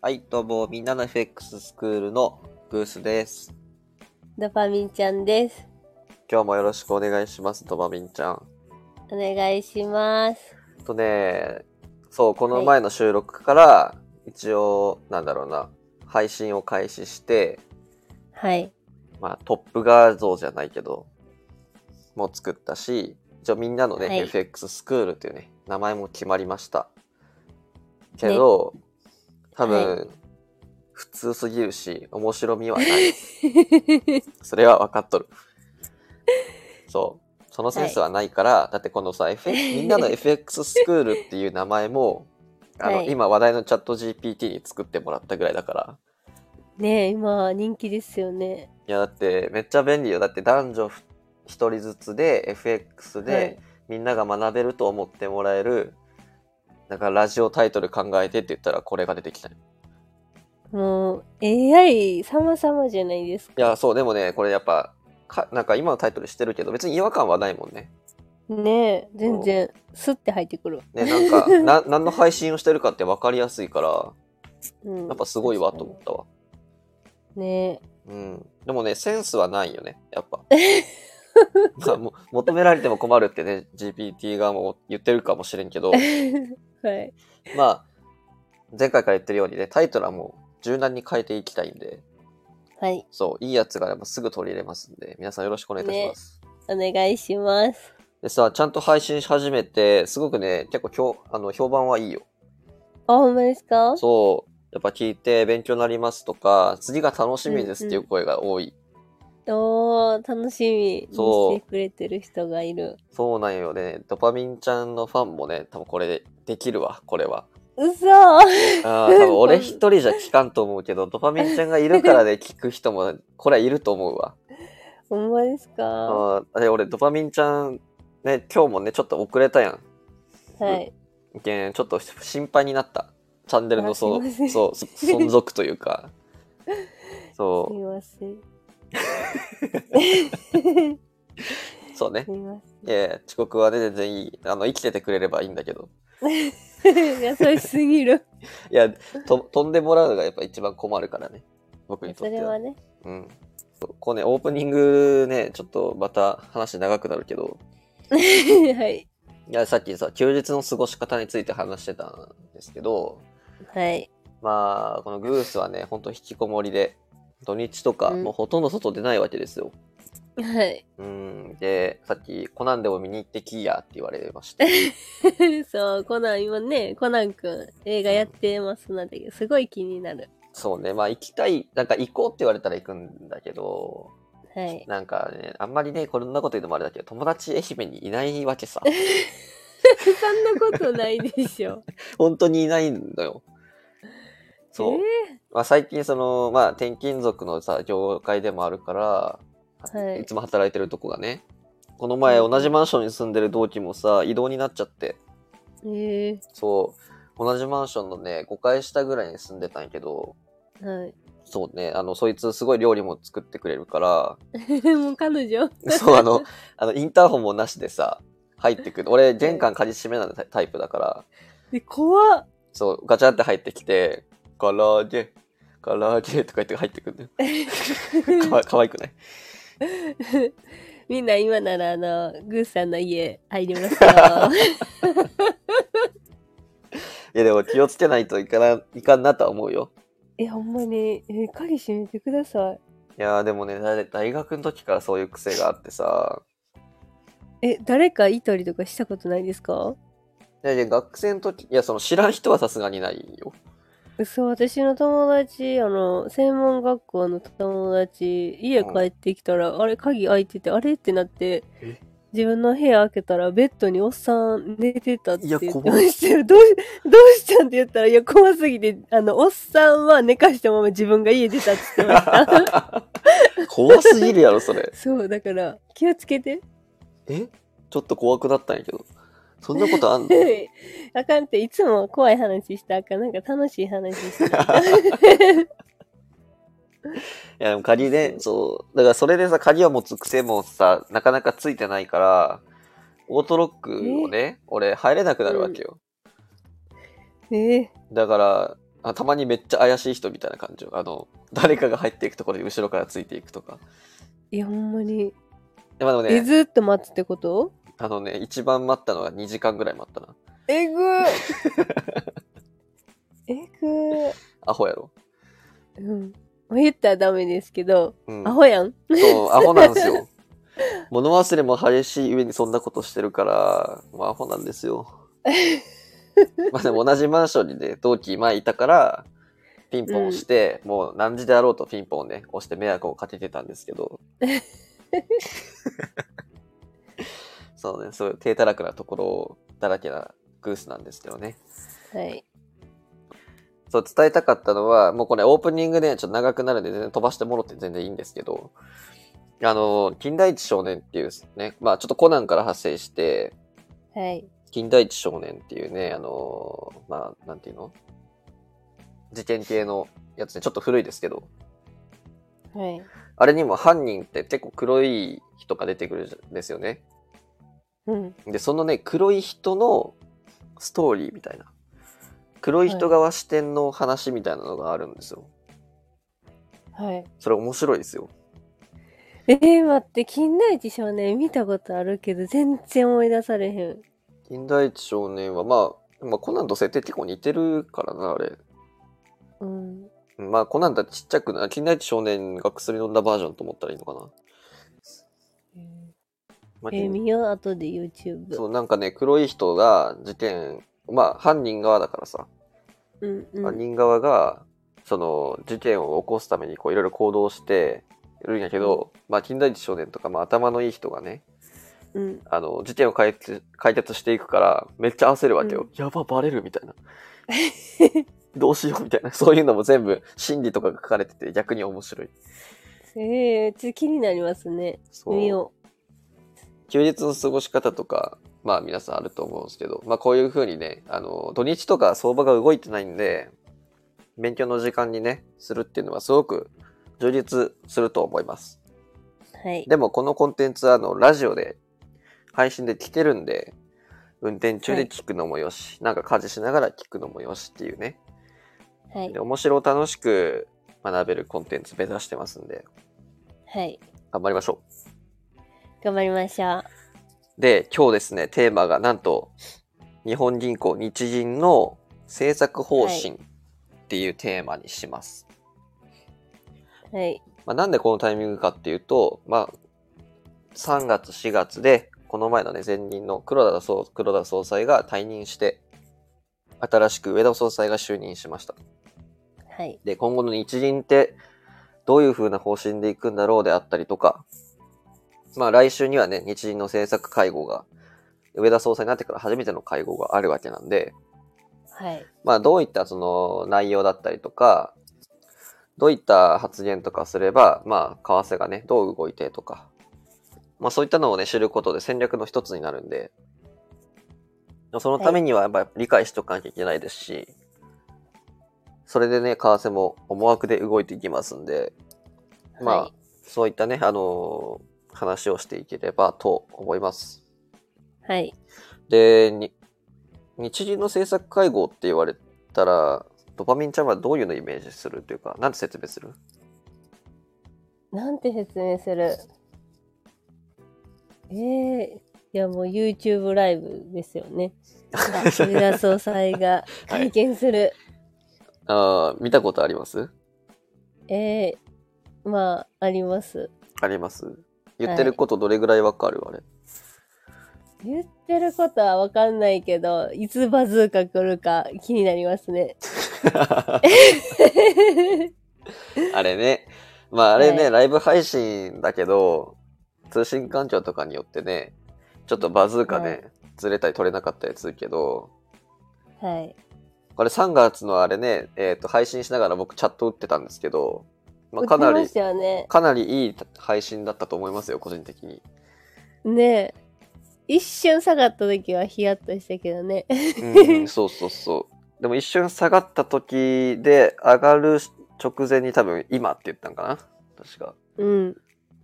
はい、どうも、みんなの FX スクールのブースです。ドパミンちゃんです。今日もよろしくお願いします、ドバミンちゃん。お願いします。とね、そう、この前の収録から、一応、なんだろうな、配信を開始して、はい。まあ、トップ画像じゃないけど、も作ったし、一応みんなのね、はい FX スクールっていうね、名前も決まりました。けど、多分、普通すぎるし、面白みは ない。それは分かっとる。そう。そのセンスはないから、だってこのさ、FX みんなの FX スクールっていう名前も、あの、はい今話題のチャット GPT に作ってもらったぐらいだから。ねえ、今人気ですよね。いや、だってめっちゃ便利よ。だって男女ふ一人ずつで FX で、はいみんなが学べると思ってもらえる、だからラジオタイトル考えてって言ったらこれが出てきたよ。もう AI 様々じゃないですいや、そう、でもね、これやっぱ、かなんか今のタイトルしてるけど、別に違和感はないもんね。か。ねえ、全然スッて入ってくる。ね、なんか、 な、何の配信をしてるかって分かりやすいから、うんやっぱすごいわと思ったわ。ねうん。でもね、センスはないよね、やっ ぱ。まあ、も求められても困るってね、GPT 側も言ってるかもしれんけど、え。 はい。まあ、前回から言ってるようにね、タイトルはもう柔軟に変えていきたいんで、はい。そう、いいやつがやっぱすぐ取り入れますんで、皆さんよろしくお願いいたします。お願いします。でさ、ちゃんと配信し始めて、すごくね、結構評あの評判はいいよ。あ、ほんまですかそう、やっぱ聞いて勉強になりますとか、次が楽しみですっていう声が多い。おー、楽しみにそうしてくれてる人がいる。そうなんよね。ドパミンちゃんのファンもね、多分これでできるわ、これは。うそああ、多分俺一人じゃ聞かんと思うけど、ドパミンちゃんがいるからで聞く人も、これはいると思うわ。ほんまですかはああで俺、ドパミンちゃん、ね、今日もね、ちょっと遅れたやん。い。いけんちょっと心配になった。チャンネルのあすいそまう、せんそう、そ存続というか。すそいません。う、そうねす。いまいやいや遅刻はね、全然いい。あの、生きててくれればいいんだけど。せん。 優しすぎる。いや、と飛んでもらうのがやっぱ一番困るからね。僕にとそってれはね。うん。そうこうね、オープニングね、ちょっとまた話長くなるけど、 はい。いや、さっきさ、休日の過ごし方について話してたんですけど、はい。まあ、このグースはね、ほんと引きこもりで、土日とか、うんもうほとんど外出ないわけですよ。はい。 うん、で、さっき、コナンでも見に行ってきいやって言われまして。 そう、コナン、今ね、コナンくん、映画やってますので、すごい気になる。そうね、まあ行きたい、なんか行こうって言われたら行くんだけど、はい。なんかね、あんまりね、こんなこと言うのもあれだけど、友達愛媛にいないわけ さ。 そんなことないでし ょ。本当にいないのよ。そう。まあ、最近その、まあ、転勤族のさ業界でもあるから、はいい、つも働いてるとこがねこの前同じマンションに住んでる同期もさ移動になっちゃってえー、えそう同じマンションのね5階下ぐらいに住んでたんやけどー、はい。そうねあのそいつすごい料理も作ってくれるから もう彼女そう、あの、あのインターホンもなしでさ入ってくる俺玄関鍵閉めないタイプだからで、怖っ。そうガチャって入ってきて「唐揚げ唐揚げ」とか言って入ってくるんだよかわかわいくない みんな今なら、あの、グーさんの家入りますよ。はいやでも気をつけないといかないかんなとは思うよ。 え、ほんまに、えー鍵閉めてください。いやーでもねだ大学の時からそういう癖があってさえ、誰かいたりとかしたことないですかいやいや学生の時いやその知らん人はさすがにないよ。そう、私の友達、あの、専門学校の友達、家帰ってきたら、あれ、鍵開いてて、あれってなってえ、自分の部屋開けたら、ベッドにおっさん寝てたってい言やって怖っましたよ。どうし、どうしたんって言ったら、いや、怖すぎて、あの、おっさんは寝かしたまま自分が家出たって言ってました。怖すぎるやろそ れ。そう、だから、気をつけて。 えちょっと怖くなったんやけどそんなことあんのあかんって、いつも怖い話したらあかん。なんか楽しい 話したらあかん。いやでも鍵ねそうだからそれでさ鍵を持つ癖もさなかなかついてないからオートロックをね俺入れなくなるわけよ。えーだからあたまにめっちゃ怪しい人みたいな感じあの誰かが入っていくところに後ろからついていくとかいや、ほんまに。いやまあでえ、もねずっと待つってことあのね一番待ったのが2時間ぐらい待ったなえぐ えぐアホやろうん。言ったらダメですけど、うんアホやん。そう、アホなんですよ。物忘れも激しい上にそんなことしてるから、まあ、アホなんですよ。まあでも同じマンションにね、同期前いたから、ピンポン押して、もう何時であろうとピンポンをね、押して迷惑をかけてたんですけど。そうね、そういう低たらくなところだらけなグースなんですけどね。はい。そう、伝えたかったのは、もうこれオープニングでちょっと長くなるんで全然飛ばしてもろって全然いいんですけど、あの、金田一少年っていうね、まあちょっとコナンから発生して、はい。金田一少年っていうね、あの、まあなんていうの事件系のやつね、ちょっと古いですけど、はい。あれにも犯人って結構黒い人が出てくるんですよね。うん。で、そのね、黒い人のストーリーみたいな。黒い人側視点の話みたいなのがあるんですよ。はい。それ面白いですよ。えー、待って、金田一少年見たことあるけど、全然思い出されへん。金田一少年は、まあ、まあ、コナンと設定結構似てるからな、あれ。うん。まあ、コナンだってちっちゃくな、金田一少年が薬飲んだバージョンと思ったらいいのかな。まあえー、見よう、後で YouTube。。そうう、なんかね、黒い人が事件、まあ、犯人側だからさ、うんう犯ん。人側が、その、事件を起こすために、こう、いろいろ行動してるんやけど、まあ、金田一少年とか、まあ、頭のいい人がね、うん。あの、事件を解決解決していくから、めっちゃ焦るわけよ。うんやば、バレるみ たいな。どうしようみたいな。そういうのも全部、心理とかが書かれてて、逆に面白い。えー、ちょっと気になりますね。そ見う。よ休日の過ごし方とか、まあ皆さんあると思うんですけど、まあこういう風にね、あの、土日とか相場が動いてないんで、勉強の時間にね、するっていうのはすごく充実すると思います。う。はい。でもこのコンテンツは、あの、ラジオで、配信で聞けるんで、運転中で聞くのもよし、なんか家事しながら聞くのもよしっていうね、はいで。面白楽しく学べるコンテンツ目指してますんで、はい。頑張りましょ頑張りましょう。う。で、今日ですね、テーマがなんと、日本銀行日銀の政策方針っていうテーマにします。はい。まあ、なんでこのタイミングかっていうと、まあ、3月、4月で、この前のね、前任の黒田総黒田総裁が退任して、新しく上田総裁が就任しました。はい。で、今後の日銀って、どういう風な方針でいくんだろうであったりとか、まあ来週にはね、日銀の政策会合が、上田総裁になってから初めての会合があるわけなんで、はい。まあどういったその内容だったりとか、どういった発言とかすれば、まあ為替がね、どう動いてとか、まあそういったのをね、知ることで戦略の一つになるんで、そのためにはやっぱり理解しとかなきゃいけないですし、それでね、為替も思惑で動いていきますんで、まあ、はいそういったね、あのー話をしていければと思います。はい。で、に日銀の政策会合って言われたら、ドパミンちゃんはどういうのイメージするというか、なんて説明するなんて説明するええいやもう YouTube ライブですよね。あ上田総裁 が会見する。あー見たことありますええまあ、あります。あります言ってることどれぐらいわかる、あれ。言ってることはわかんないけど、いつバズーカ来るか気になりますね。 あれね。まああれね、はいライブ配信だけど、通信環境とかによってね、ちょっとバズーカね、はいずれたり取れなかったりするけど、はい。これ3月のあれね、えっ、と、配信しながら僕チャット打ってたんですけど、まあ、かな売ってまりし、たよね。かなりいい配信だったと思いますよ、個人的に。ねえ。一瞬下がった時はヒヤッとしたけどね。 うん、 そうそうそう。でも一瞬下がった時で、上がる直前に多分今って言ったんかな確か。うん。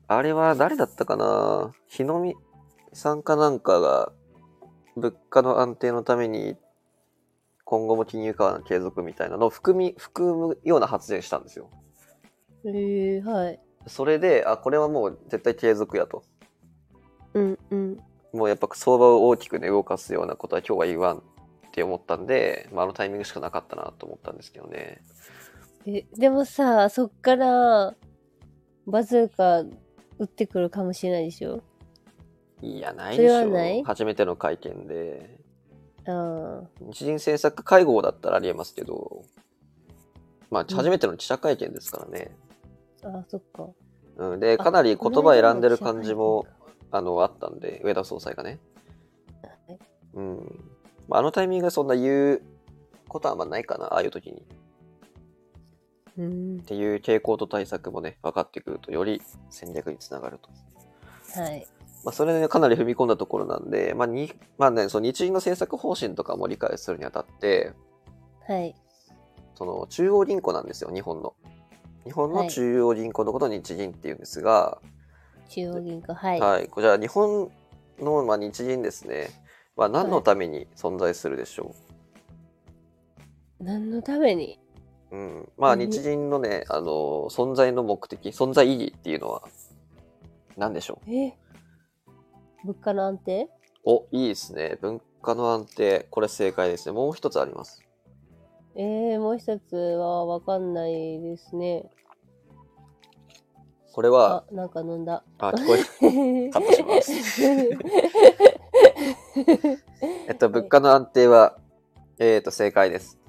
あれは誰だったかな日のみさんかなんかが、物価の安定のために、今後も金融緩和の継続みたいなのを含み、含むような発言したんですよ。えー、はい。それで、あ、これはもう絶対継続やと。うんうん。もうやっぱ相場を大きくね、動かすようなことは今日は言わんって思ったんで、まあ、あのタイミングしかなかったなと思ったんですけどね。え、でもさ、そっから、バズーカ打ってくるかもしれないでしょいや、ないでしそれょ。はないう初めての会見で。あ日銀政策会合だったらありえますけど、まあ、初めての記者会見ですからね。あ、ああ、そっか。うん、で、かなり言葉選んでる感じも、あの、あったんで、上田総裁がね。はい。うん。まあ、あのタイミングでそんな言うことはあんまないかな、ああいう時に。うんっ。ていう傾向と対策もね、分かってくると、より戦略につながると。はい。まあ、それで、かなり踏み込んだところなんで、まあ、に、まあね、その日銀の政策方針とかも理解するにあたって、はい。その中央銀行なんですよ、日本の。日本はのい中央銀行のことを日銀って言うんですが、中央銀行、はい。はい、これじゃあ日本の、まあ、日銀ですね、まあ、何のために存在するでしょ何のためにう、うん、まあ何日銀のね、あの存在の目的存在意義っていうのは何でしょうえ物価の安定おいいですね文化の安定これ正解ですねもう一つありますえー、もう一つはわかんないですね。これはあ、なんか飲んだ。あ聞こえカットします えっとはい物価の安定はえっと正解です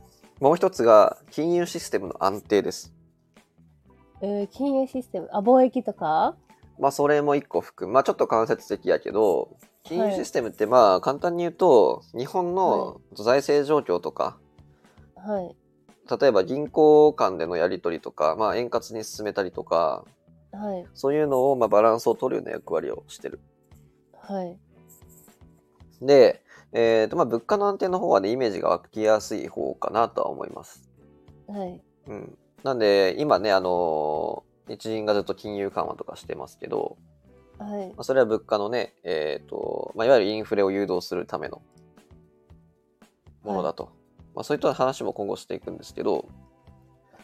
もう一つが金融システムの安定ですえー、金融システム、あ、貿易とかまあそれも一個含む、まあちょっと間接的やけど、金は融いシステムってまあ簡単に言うと、日本の財政状況とか、はい。例えば銀行間でのやり取りとか、まあ円滑に進めたりとか、はい。そういうのをまあバランスを取るような役割をしてる。はい。で、えっ、とまあ物価の安定の方はね、イメージが湧きやすい方かなとは思います。はい。うん。なんで、今ね、あのー日銀がずっと金融緩和とかしてますけど、はいま。あ、それは物価のね、えっ、と、まあ、いわゆるインフレを誘導するためのものだと。まあ、そういった話も今後していくんですけど、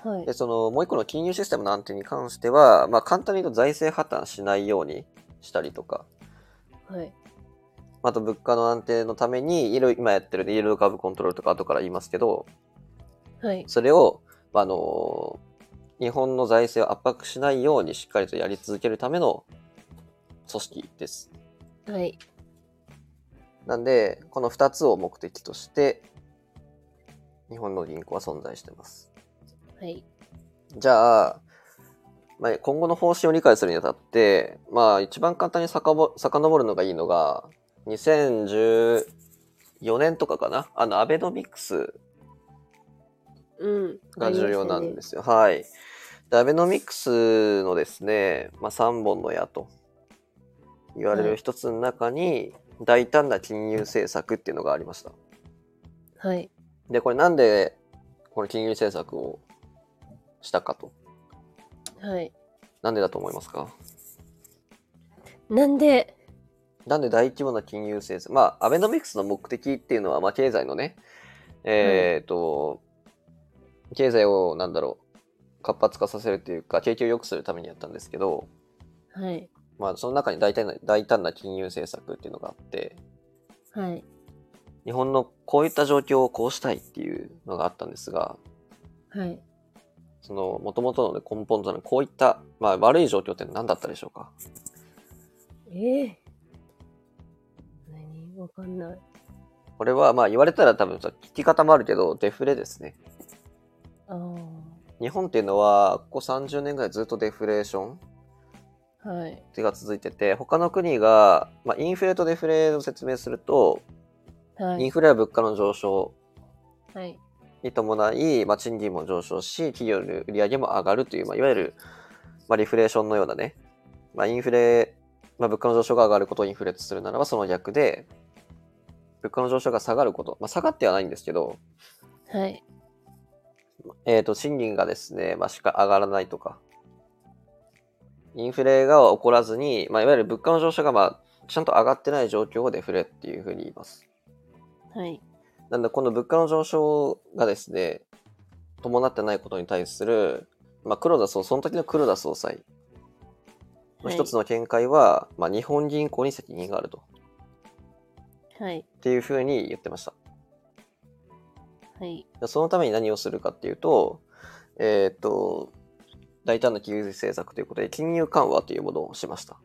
はいで、。その、もう一個の金融システムの安定に関しては、まあ、簡単に言うと財政破綻しないようにしたりとか、はい。あと物価の安定のために、いろいろ今やってるねイールドカーブコントロールとか後から言いますけど、はい。それを、まあ、あの日本の財政を圧迫しないようにしっかりとやり続けるための組織です。はい。なんで、この2つを目的として、日本の銀行は存在してます。はい。じゃあ、まあ、今後の方針を理解するにあたって、まあ、一番簡単にさかぼ遡るのがいいのが、2014年とかかな、あの、アベノミクスうん。。が重要なんですすよ。はい。で、アベノミクスのですね、まあ、3本の矢と言われはるい一つの中に、大胆な金融政策っていうのがありました。はい。で、これなんで、この金融政策をしたかと。はい。なんでだと思いますかなんで、なんで大規模な金融政策。まあ、アベノミクスの目的っていうのは、まあ、経済のね、えっ、と、経済を、なんだろう、活発化させるというか、景気を良くするためにやったんですけど、はい。まあ、その中に大胆な大胆な金融政策っていうのがあって、はい。日本のこういった状況をこうしたいっていうのがあったんですが、はい。その、もともとのね根本となるこういった、まあ、悪い状況って何だったでしょうかええ何わかんない。これはまあ言われたら多分さ聞き方もあるけどデフレですねあ日本っていうのはここ30年ぐらいずっとデフレーションあ。はい。手が続いてて他の国が、まあ、インフレとデフレを説明すると、はインい。フレは物価の上昇はい。に伴い、まあ、賃金も上昇し企業の売り上げも上がるという、まあ、いわゆる、まあ、リフレーションのようなね、まあ、インフレ、まあ、物価の上昇が上がることをインフレとするならばその逆で物価の上昇が下がること、まあ、下がってはないんですけど、はい。えー、と賃金がですね、まあ、しか上がらないとか、インフレが起こらずに、まあ、いわゆる物価の上昇が、まあ、ちゃんと上がってない状況をデフレっていうふうに言います。はい。なんで、この物価の上昇がですね、伴ってないことに対する、まあ、黒田総、その時の黒田総裁のはい一つの見解は、まあ、日本銀行に責任があると。はい。っていうふうに言ってました。はい。でそのために何をするかっていうと、えーっと、大胆な金融政策ということで、金融緩和というものをしました。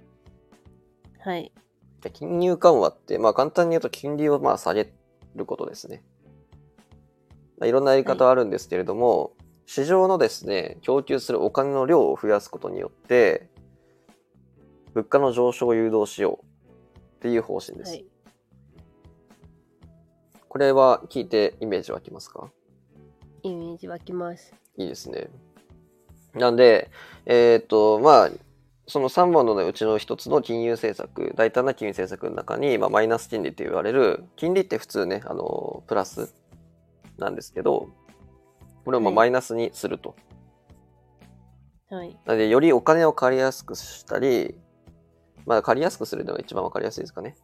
はい。で金融緩和って、まあ簡単に言うと金利をまあ下げることですね。まあ、いろんなやり方あるんですけれども、市場のですね、供給するお金の量を増やすことによって、物価の上昇を誘導しようっていう方針です。はい。これは聞いてイメージ湧きますかイメージ湧きます。いいですね。なんで、えーっと、まあ、その3本のうちの一つの金融政策、大胆な金融政策の中に、まあ、マイナス金利って言われる、金利って普通ね、あの、プラスなんですけど、これをまあはいマイナスにすると。はい。なので、よりお金を借りやすくしたり、まあ、借りやすくするのが一番わかりやすいですかね。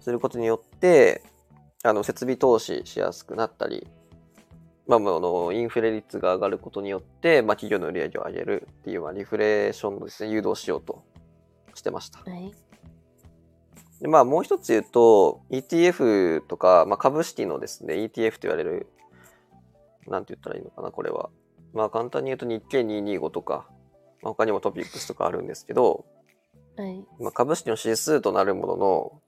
することによって、あの、設備投資しやすくなったり、まあ、もうあの、インフレ率が上がることによって、まあ、企業の売り上げを上げるっていう、まあ、リフレーションのですね、誘導しようとしてました。はい。で、まあ、もう一つ言うと、ETF とか、まあ、株式のですね、ETF と言われる、なんて言ったらいいのかな、これは。まあ、簡単に言うと日経225とか、まあ、他にもトピックスとかあるんですけど、はい。まあ、株式の指数となるものの、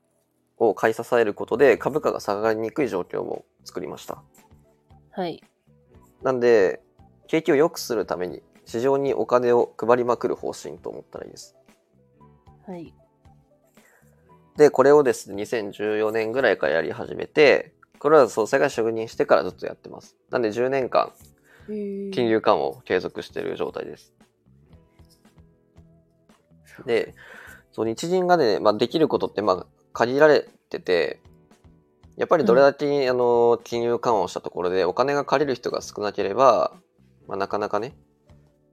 を買い支えることで株価が下がりにくい状況も作りました。はい。なんで、景気を良くするために、市場にお金を配りまくる方針と思ったらいいです。はい。で、これをですね、2014年ぐらいからやり始めて、黒田総裁が就任してからずっとやってます。なんで10年間、金金融緩和を継続している状態です。で、そう日銀がね、まあ、できることってまあ限られてて、やっぱりどれだけ、あの金融緩和をしたところで、お金が借りる人が少なければ、まあ、なかなかね、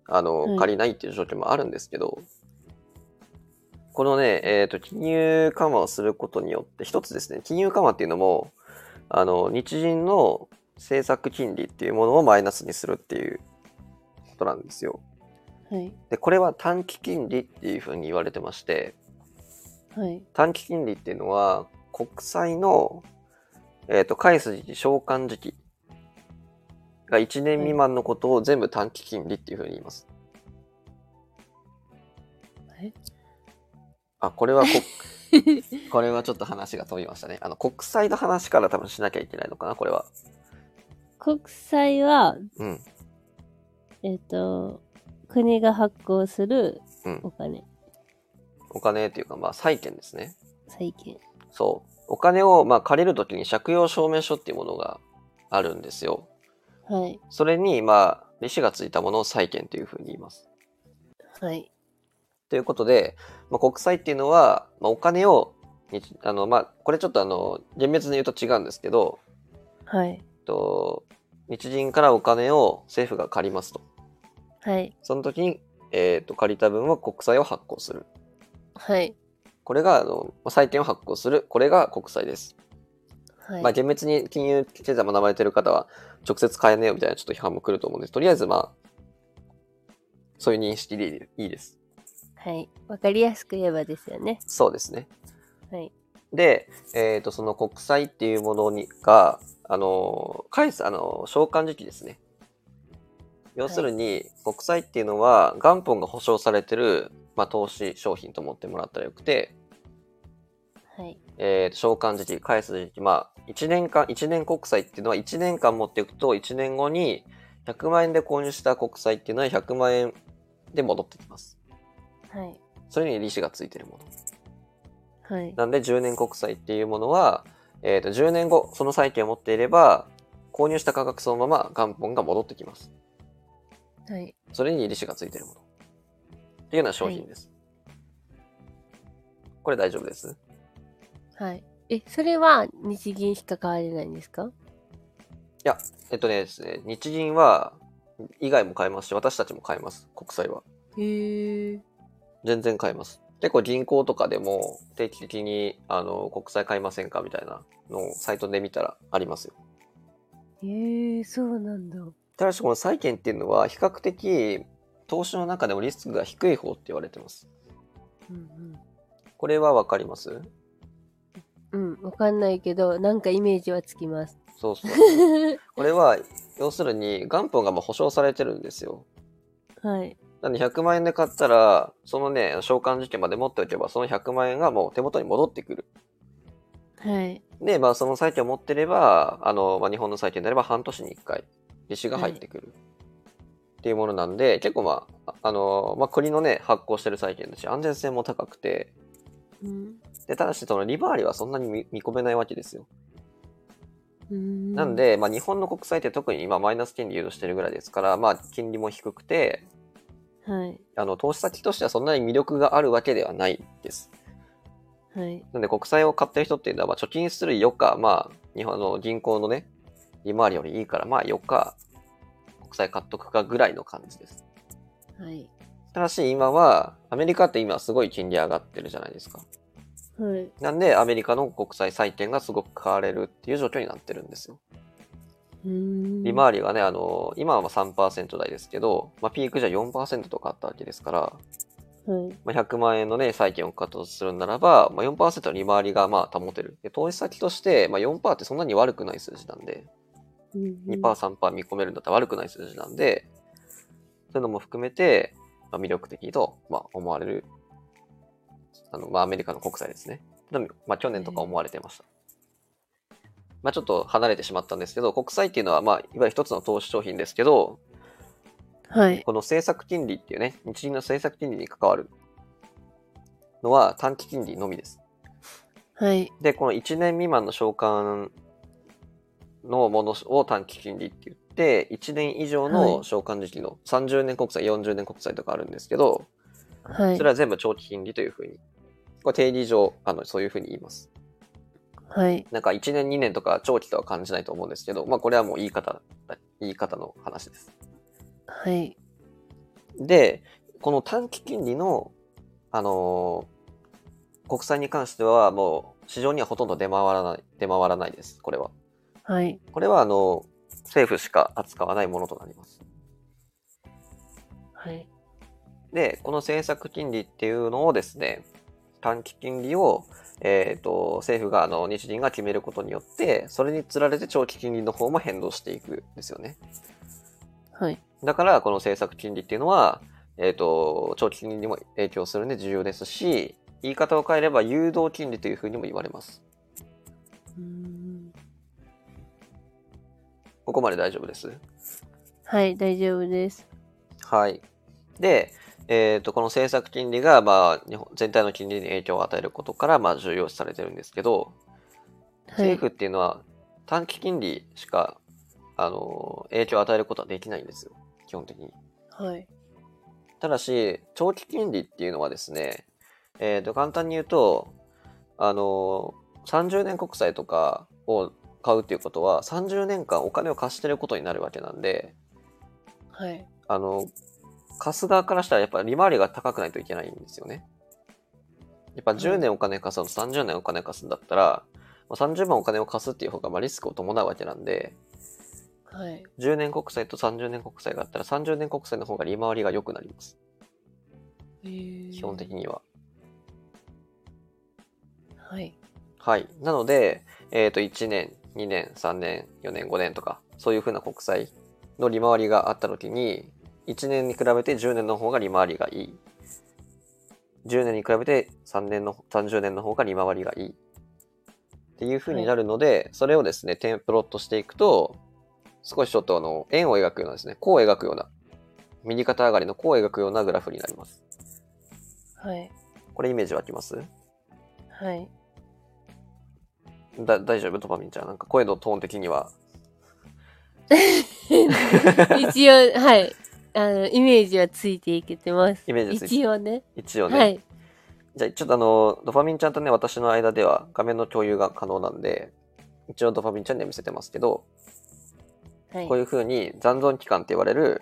あの、うん借りないっていう状況もあるんですけど、このね、えっ、と、金融緩和をすることによって、一つですね、金融緩和っていうのも、あの、日銀の政策金利っていうものをマイナスにするっていうことなんですよ。はい。で、これは短期金利っていうふうに言われてまして、はい。短期金利っていうのは、国債の、えっ、と、返す時期、償還時期が1年未満のことを全部短期金利っていうふうに言います。えあ、これはこ、 これはちょっと話が飛びましたね。あの、国債の話から多分しなきゃいけないのかな、これは。 国債は、うん。えっ、と、国が発行するうん。お金、お金っていうか、まあ、債券ですね。債券。そう。お金を、まあ、借りるときに借用証明書っていうものがあるんですよ。はい。それに、まあ、利子がついたものを債券というふうに言います。はい。ということで、まあ、国債っていうのは、まあ、お金を日、あの、まあ、これちょっとあの、厳密に言うと違うんですけど、はい。えっと、日銀からお金を政府が借りますと。はい。その時に、えっと、借りた分は国債を発行する。はい。これが、あの、まあ債券を発行する。これが国債です。はい。まあ、厳密に金融経済学ばれてる方は、直接買えねえよみたいなちょっと批判も来ると思うんです。とりあえず、まあ、そういう認識でいいです。はい。わかりやすく言えばですよね。そうですね。はい。で、えっ、と、その国債っていうものにが、あの、返す、あの、償還時期ですね。要するに、国債っていうのは、元本が保証されてる、まあ、投資商品と思ってもらったらよくて、はい。えー、償還時期、返す時期、まあ、1年間、1年国債っていうのは1年間持っていくと、1年後に100万円で購入した国債っていうのは100万円で戻ってきます。はい。それに利子がついてるもの。はい。なんで10年国債っていうものは、えー、と10年後その債券を持っていれば購入した価格そのまま元本が戻ってきます。はい。それに利子がついているもの。っていうような商品です。これ大丈夫です。はい。え、それは日銀しか買われないんですかえっとねですね、日銀は以外も買えますし、私たちも買えます。国債は。へえ。全然買えます。結構銀行とかでも定期的にあの国債買いませんかみたいなのをサイトで見たらありますよ。えー、そうなんだ。ただしこの債券っていうのは比較的投資の中でもリスクが低い方って言われてます。うんこれはわかりますうん。うん、わかんないけど、なんかイメージはつき ます。そうそう。これは要するに元本がまあ保証されてるんですよ。はい。なんで100万円で買ったら、そのね、償還時期まで持っておけば、その100万円がもう手元に戻ってくる。はい。で、まあ、その債券を持ってれば、あの、まあ、日本の債券であれば半年に1回、利子が入ってくる。っていうものなんで、結構まあ、ああの、まあ、国のね、発行してる債券だし、安全性も高くて、うん。で、ただし、その利回りはそんなに見見込めないわけですよ。うんなん、で、まあ、日本の国債って特に今、マイナス金利誘導してるぐらいですから、まあ、金利も低くて、はい。あの、投資先としてはそんなに魅力があるわけではないです。はい。なんで国債を買ってる人っていうのは、まあ、貯金するよか、まあ、日本の銀行のね、利回りよりいいから、まあ、よか、国債買っとくかぐらいの感じです。はい。ただし、今は、アメリカって今すごい金利上がってるじゃないですか。はい。なんで、アメリカの国債債券がすごく買われるっていう状況になってるんですよ。うん。利回りがね、あの、今はまあ3%台ですけど、まあ、ピーク時は4%とかあったわけですから、はい。まあ、100万円のね、債券を買ったとするならば、まあ、4%の利回りがまあ保てる。で投資先として、まあ、4%ってそんなに悪くない数字なんで、2%、3%見込めるんだったら悪くない数字なんで、そういうのも含めて、まあ、魅力的と、まあ、思われる、あの、まあ、アメリカの国債ですね。でもまあ、去年とか思われてました。まあ、ちょっと離れてしまったんですけど、国債っていうのは、まあ、いわゆる一つの投資商品ですけど、はい。この政策金利っていうね、日銀の政策金利に関わるのは短期金利のみです。はい。で、この1年未満の償還のものを短期金利って言って、1年以上はいの償還時期の30年国債、40年国債とかあるんですけど、はいそ。れは全部長期金利というふうに、これ定理上、あの、そういうふうに言います。はい。なんか1年、2年とか長期とは感じないと思うんですけど、まあこれはもう言い方、言い方の話です。はい。で、この短期金利の、あのー国債に関しては、もう市場にはほとんど出回らない、出回らないです、これは。はい。これは、あの政府しか扱わないものとなります。はい。で、この政策金利っていうのをですね、短期金利を、えっ、と、政府が、あの、日銀が決めることによって、それにつられて長期金利の方も変動していくんですよね。はい。だから、この政策金利っていうのは、えっ、と、長期金利にも影響するんで重要ですし、言い方を変えれば誘導金利というふうにも言われます。うんここまで大丈夫です。はい。大丈夫です。はい。で、えっ、と、この政策金利が、まあ、日本全体の金利に影響を与えることから、まあ、重要視されてるんですけど、はい。政府っていうのは短期金利しか、あの、影響を与えることはできないんですよ。基本的に。はい。ただし、長期金利っていうのはですね、えー、と簡単に言うと、あの30年国債とかを買うっていうことは、30年間お金を貸してることになるわけなんで、はい。あの貸す側からしたらやっぱ利回りが高くないといけないんですよね。やっぱ10年お金貸すのと30年お金貸すんだったら、まあ30万お金を貸すっていう方がまあリスクを伴うわけなんで、はい。 10年国債と30年国債があったら30年国債の方が利回りが良くなります。基基本的。には。はい。はい。なので、えっ、と、1年、2年、3年、4年、5年とか、そういうふうな国債の利回りがあったときに、1年に比べて10年の方が利回りがいい。10年に比べて3年の、30年の方が利回りがいい。っていうふうになるので、それをですね、点プロットしていくと、少しちょっとあの、円を描くようなですね、弧を描くような、右肩上がりの弧を描くようなグラフになります。はい。これイメージ湧きますはい。だ大丈夫ドパミンちゃん。なんか声のトーン的には一応、はい。あの、イメージはついていけてます。イメージはついて一応ね。一応ね、はい。じゃあちょっとあのドファミンちゃんとね私の間では画面の共有が可能なんで一応ドファミンちゃんには見せてますけど、はいこう。いうふうに残存期間って言われる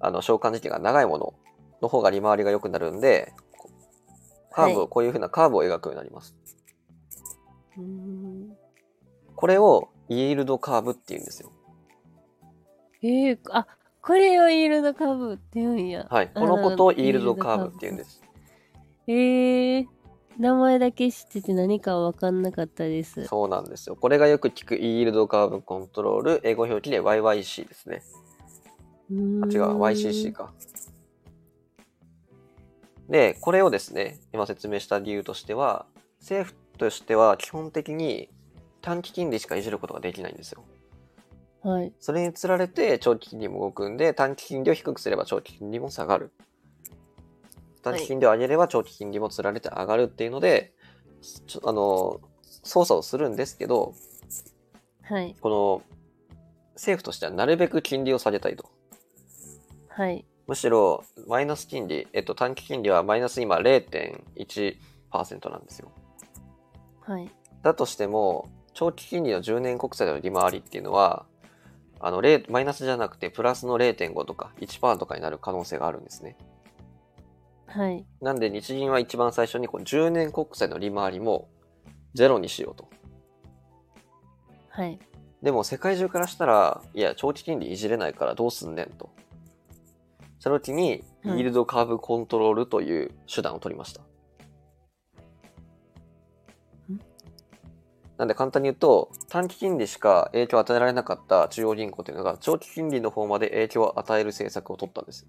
あの償還時期が長いものの方が利回りが良くなるんでこカーブはを、こういうふうなカーブを描くようになります。うーんこれをイールドカーブって言うんですよ。えー、あこれをイールドカーブって言うんや。はい。あこのことをイールドカーブって言うんです。えー、名前だけ知ってて何か分かんなかったです。そうなんですよ。これがよく聞くイールドカーブコントロール、英語表記で YYC ですね。うあ、ーん違う、YCC か。で、これをですね、今説明した理由としては、政府としては基本的に短期金利しかいじることができないんですよ。はい。それにつられて長期金利も動くんで、短期金利を低くすれば長期金利も下がる。短期金利を上げれば長期金利もつられて上がるっていうので、ちょあの、操作をするんですけど、はい。この、政府としてはなるべく金利を下げたいと。はい。むしろ、マイナス金利、えっと、短期金利はマイナス今0.1%なんですよ。はい。だとしても、長期金利の10年国債の利回りっていうのは、あの、0マイナスじゃなくて、プラスの0.5とか1%とかになる可能性があるんですね。はい。なんで、日銀は一番最初にこう10年国債の利回りもゼロにしようと。はい。でも世界中からしたら、いや、長期金利いじれないからどうすんねんと。その時に、イはいールドカーブコントロールという手段を取りました。んなんで簡単に言うと、短期金利しか影響を与えられなかった中央銀行というのが、長期金利の方まで影響を与える政策を取ったんです。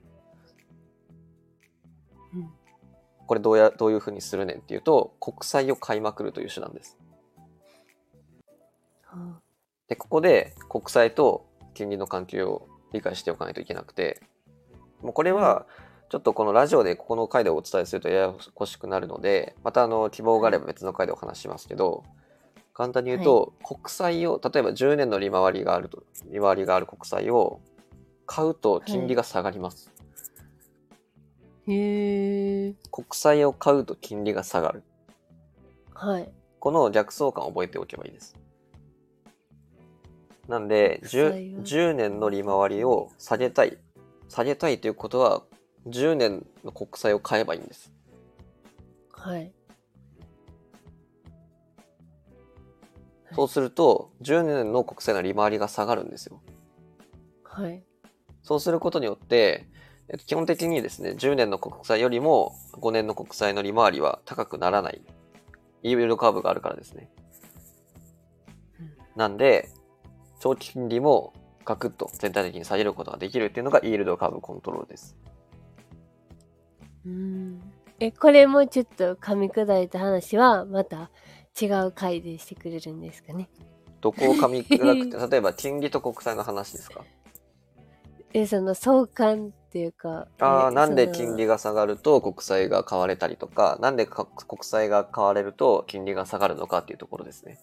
うんこれどうや、どういうふうにするねんっていうと、国債を買いまくるという手段です。はで、ここで国債と金利の関係を理解しておかないといけなくて、もうこれは、ちょっとこのラジオでここの回でお伝えするとややこしくなるので、またあの希望があれば別の回でお話ししますけど、簡単に言うと、国債を、例えば10年の利回りがあると、利回りがある国債を買うと金利が下がります。あへえ。国債を買うと金利が下がる。はい。この逆相関を覚えておけばいいです。なんで国債10、は10年の利回りを下げたい。下げたいということは、10年の国債を買えばいいんです。はい。いそうすると、10年の国債の利回りが下がるんですよ。はい。そうすることによって、えっと基本的にですね、10年の国債よりも5年の国債の利回りは高くならない。イールドカーブがあるからですねうん。なんで、長期金利もガクッと全体的に下げることができるっていうのがイールドカーブコントロールです。うーん。え、これもちょっと噛み砕いた話はまた違う回でしてくれるんですかね。どこを噛み砕 くって、例えば金利と国債の話ですかえ、その相関っていうか。ああ、えなんでその金利が下がると国債が買われたりとか、なんでか国債が買われると金利が下がるのかっていうところですね。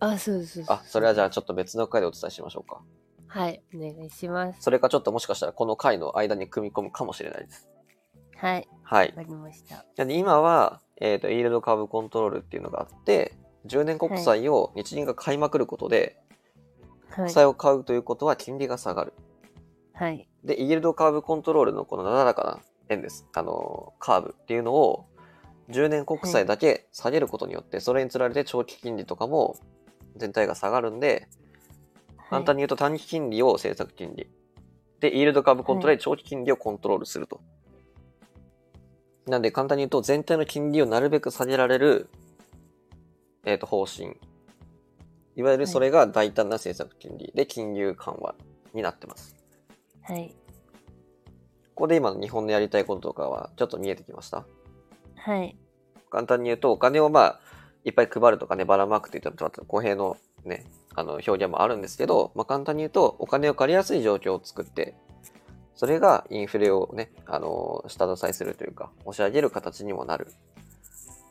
あ、そうそうそう。あ、それはじゃあちょっと別の回でお伝えしましょうか。はい、お願いします。それかちょっともしかしたらこの回の間に組み込むかもしれないです。はい、はいわ。かりました。なんで今は、えっ、と、イールドカーブコントロールっていうのがあって、10年国債を日銀が買いまくることで、は国い。債を買うということは金利が下がる。はい。で、イールドカーブコントロールのこのなだらかな円です。あのーカーブっていうのを、10年国債だけ下げることによって、それにつられて長期金利とかも全体が下がるんで、簡単にに。言うと短期金利を政策金利。で、イールドカーブコントロールで長期金利をコントロールすると。なんで簡単に言うと全体の金利をなるべく下げられる、えっ、と、方針。いわゆるそれが大胆な政策金利で金融緩和になってます。はい。ここで今の日本のやりたいこととかはちょっと見えてきました。はい。簡単に言うとお金をまあ、いっぱい配るとかね、ばらまくといったらちょっと語弊のね、あの表現もあるんですけど、まあ簡単に言うとお金を借りやすい状況を作って、それがインフレをね、あの、下支えするというか、押し上げる形にもなる。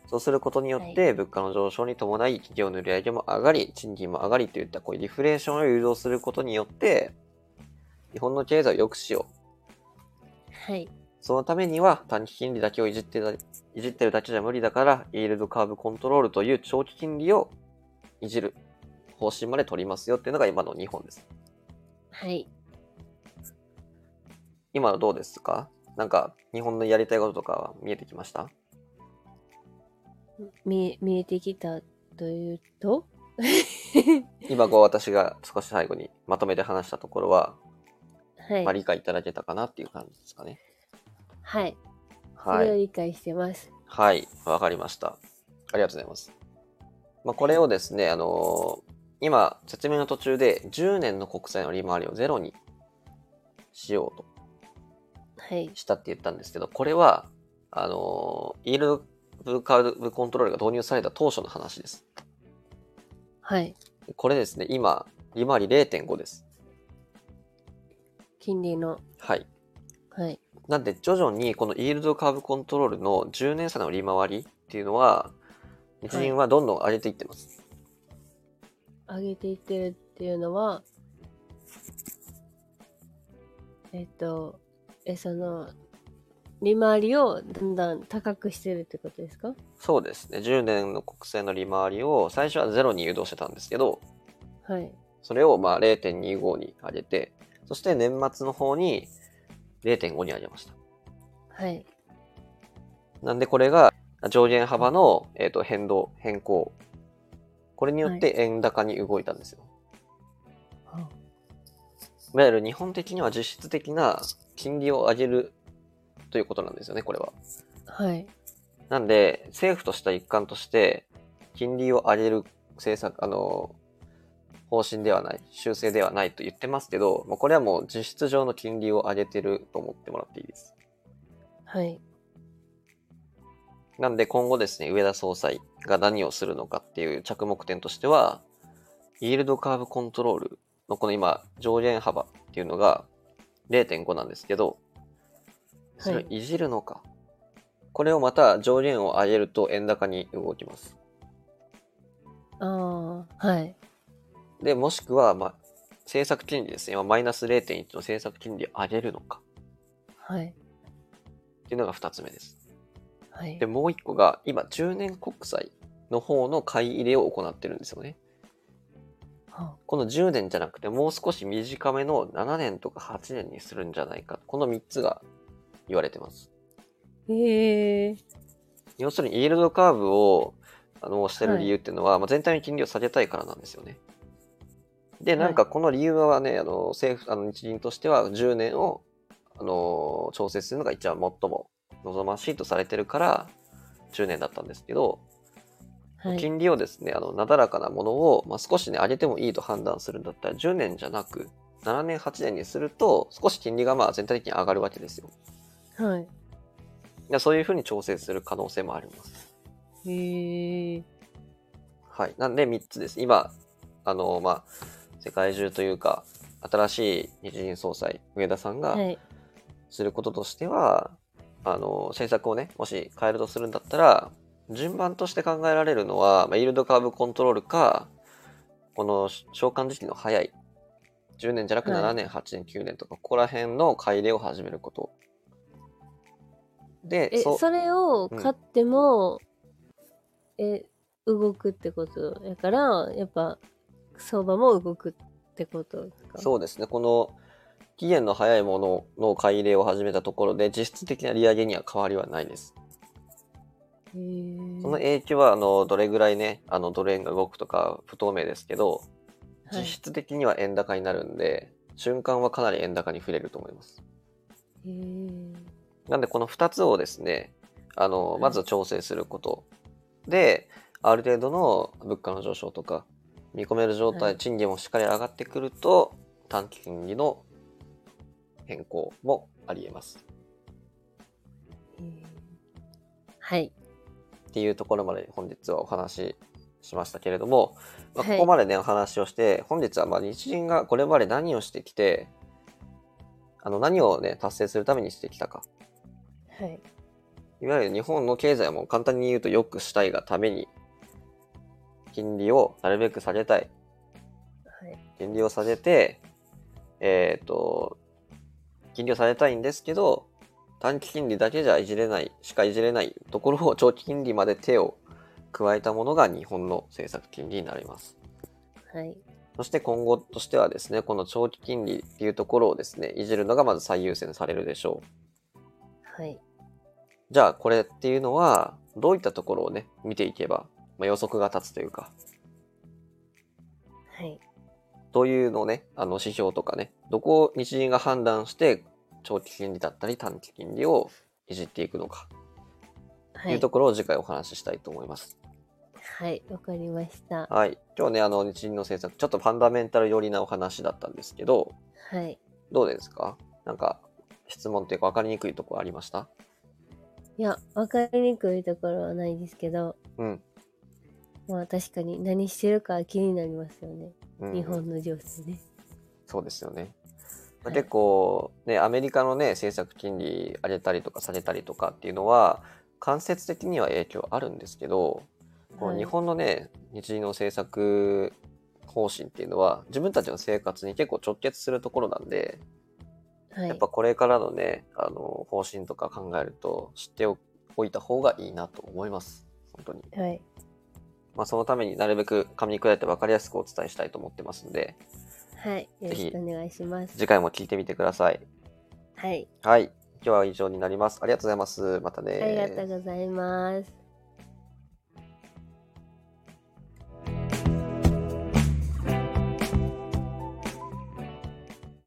そうすることによって、物価の上昇に伴い、企業の売り上げも上がり、賃金も上がりといった、こういうリフレーションを誘導することによって、日本の経済を良くしよう。はい。そのためには短期金利だけをいじってたいじってるだけじゃ無理だから、イールドカーブコントロールという長期金利をいじる方針まで取りますよっていうのが今の日本です。はい。今のどうですかなんか日本のやりたいこととかは見えてきました見え、見えてきたというと 今こう私が少し最後にまとめて話したところは、はい。まあ、理解いただけたかなっていう感じですかね。はい。そはれをい。理解してます。はい。わかりました。ありがとうございます。まあ、これをですね、あのー今、説明の途中で10年の国債の利回りをゼロにしようとはい。したって言ったんですけど、これは、あのーイールドカーブコントロールが導入された当初の話です。はい。これですね、今、利回り0.5です。金利の。はい。はい。なんで徐々にこのイールドカーブコントロールの10年差の利回りっていうのは日銀はどんどん上げていってます。上げていってるっていうのは、えっと、え、その、利回りをだんだん高くしてるってことですかそうですね。10年の国債の利回りを最初はゼロに誘導してたんですけど、はい。それをまあ0.25に上げて、そして年末の方に0.5に上げました。はい。なんでこれが上限幅の、えー、と変動、変更。これによって円高に動いたんですよ。いわゆる日本的には実質的な金利を上げるということなんですよね、これは。はい。なんで、政府とした一環として、金利を上げる政策、あの、方針ではない、修正ではないと言ってますけど、まあ、これはもう実質上の金利を上げてると思ってもらっていいです。はい。なんで今後ですね、上田総裁が何をするのかっていう着目点としては、イールドカーブコントロールのこの今、上限幅っていうのが0.5なんですけど、それをいじるのか。これをまた上限を上げると円高に動きます。ああ、はい。で、もしくは、まあ、政策金利ですね。今マイナス0.1の政策金利を上げるのかはい。っていうのが2つ目です。はいで、。もう1個が、今、10年国債の方の買い入れを行ってるんですよね。はこの10年じゃなくて、もう少し短めの7年とか8年にするんじゃないか。この3つが言われてます。ええ要するに、イールドカーブを、あの、してる理由っていうのは、まあ、全体に金利を下げたいからなんですよね。で、なんかこの理由はね、あの、政府、あの、日銀としては10年を、あの、調整するのが一番最も望ましいとされてるから、10年だったんですけど、はい。金利をですね、あの、なだらかなものを、まあ、少しね、上げてもいいと判断するんだったら、10年じゃなく、7年、8年にすると、少し金利がまあ全体的に上がるわけですよ。はい。いやそういうふうに調整する可能性もあります。ええはい。なんで3つです。今、あの、まあ、世界中というか、新しい日銀総裁、上田さんがはい。することとしては、あの、政策をね、もし変えるとするんだったら、順番として考えられるのは、まあ、イールドカーブコントロールか、この償還時期の早い、10年じゃなくはい7年、8年、9年とか、ここら辺の買い入れを始めること。で、え、そうそれを買っても、え、動くってことやから、やっぱ、相場も動くってことですかそうですね、この期限の早いものの買い入れを始めたところで、実質的な利上げには変わりはないです。へーその影響は、あの、どれぐらいね、あの、ドル円が動くとか不透明ですけど、は実い質的には円高になるんで、瞬間はかなり円高に触れると思います。へーなんで、この2つをですね、あのは、いまず調整することで、ある程度の物価の上昇とか、見込める状態、はい賃金もしっかり上がってくると、短期金利の変更もあり得ます。へーはい。っていうところまで本日はお話ししましたけれども、まあはいここまでね、お話をして、本日はまあ日銀がこれまで何をしてきて、あの何をね、達成するためにしてきたか。はい。いわゆる日本の経済も簡単に言うと良くしたいがために、金利をなるべく下げたい。はい。金利を下げて、えっ、と、金利を下げたいんですけど、短期金利だけじゃいじれない、しかいじれないところを長期金利まで手を加えたものが日本の政策金利になります。はい。そして今後としてはですね、この長期金利っていうところをですね、いじるのがまず最優先されるでしょう。はい。じゃあこれっていうのは、どういったところをね、見ていけば、まあ、予測が立つというか、はい。どういうのをね、あの指標とかね、どこを日銀が判断して、長期金利だったり短期金利をいじっていくのか、とはいい。うところを次回お話ししたいと思います。はい。わかりました。はい。今日ね、あの、日銀の政策、ちょっとファンダメンタル寄りなお話だったんですけど、はい。どうですかなんか、質問っていうか分かりにくいところありましたいや、わかりにくいところはないですけど、うん。まあ確かに何してるか気になりますよね。うん日本の情勢ね。そうですよね。まあはい結構、ね、アメリカのね、政策金利上げたりとかされたりとかっていうのは、間接的には影響あるんですけど、こはうい日本のね、日銀の政策方針っていうのは、自分たちの生活に結構直結するところなんで、はい。やっぱこれからのね、あの、方針とか考えると、知っておいた方がいいなと思います。本当に。はい。まあ、そのためになるべく噛み砕いて分かりやすくお伝えしたいと思ってますので、はい。よろひしくお願いします。次回も聞いてみてください。はい。はい。今日は以上になります。ありがとうございます。またね。ありがとうございます。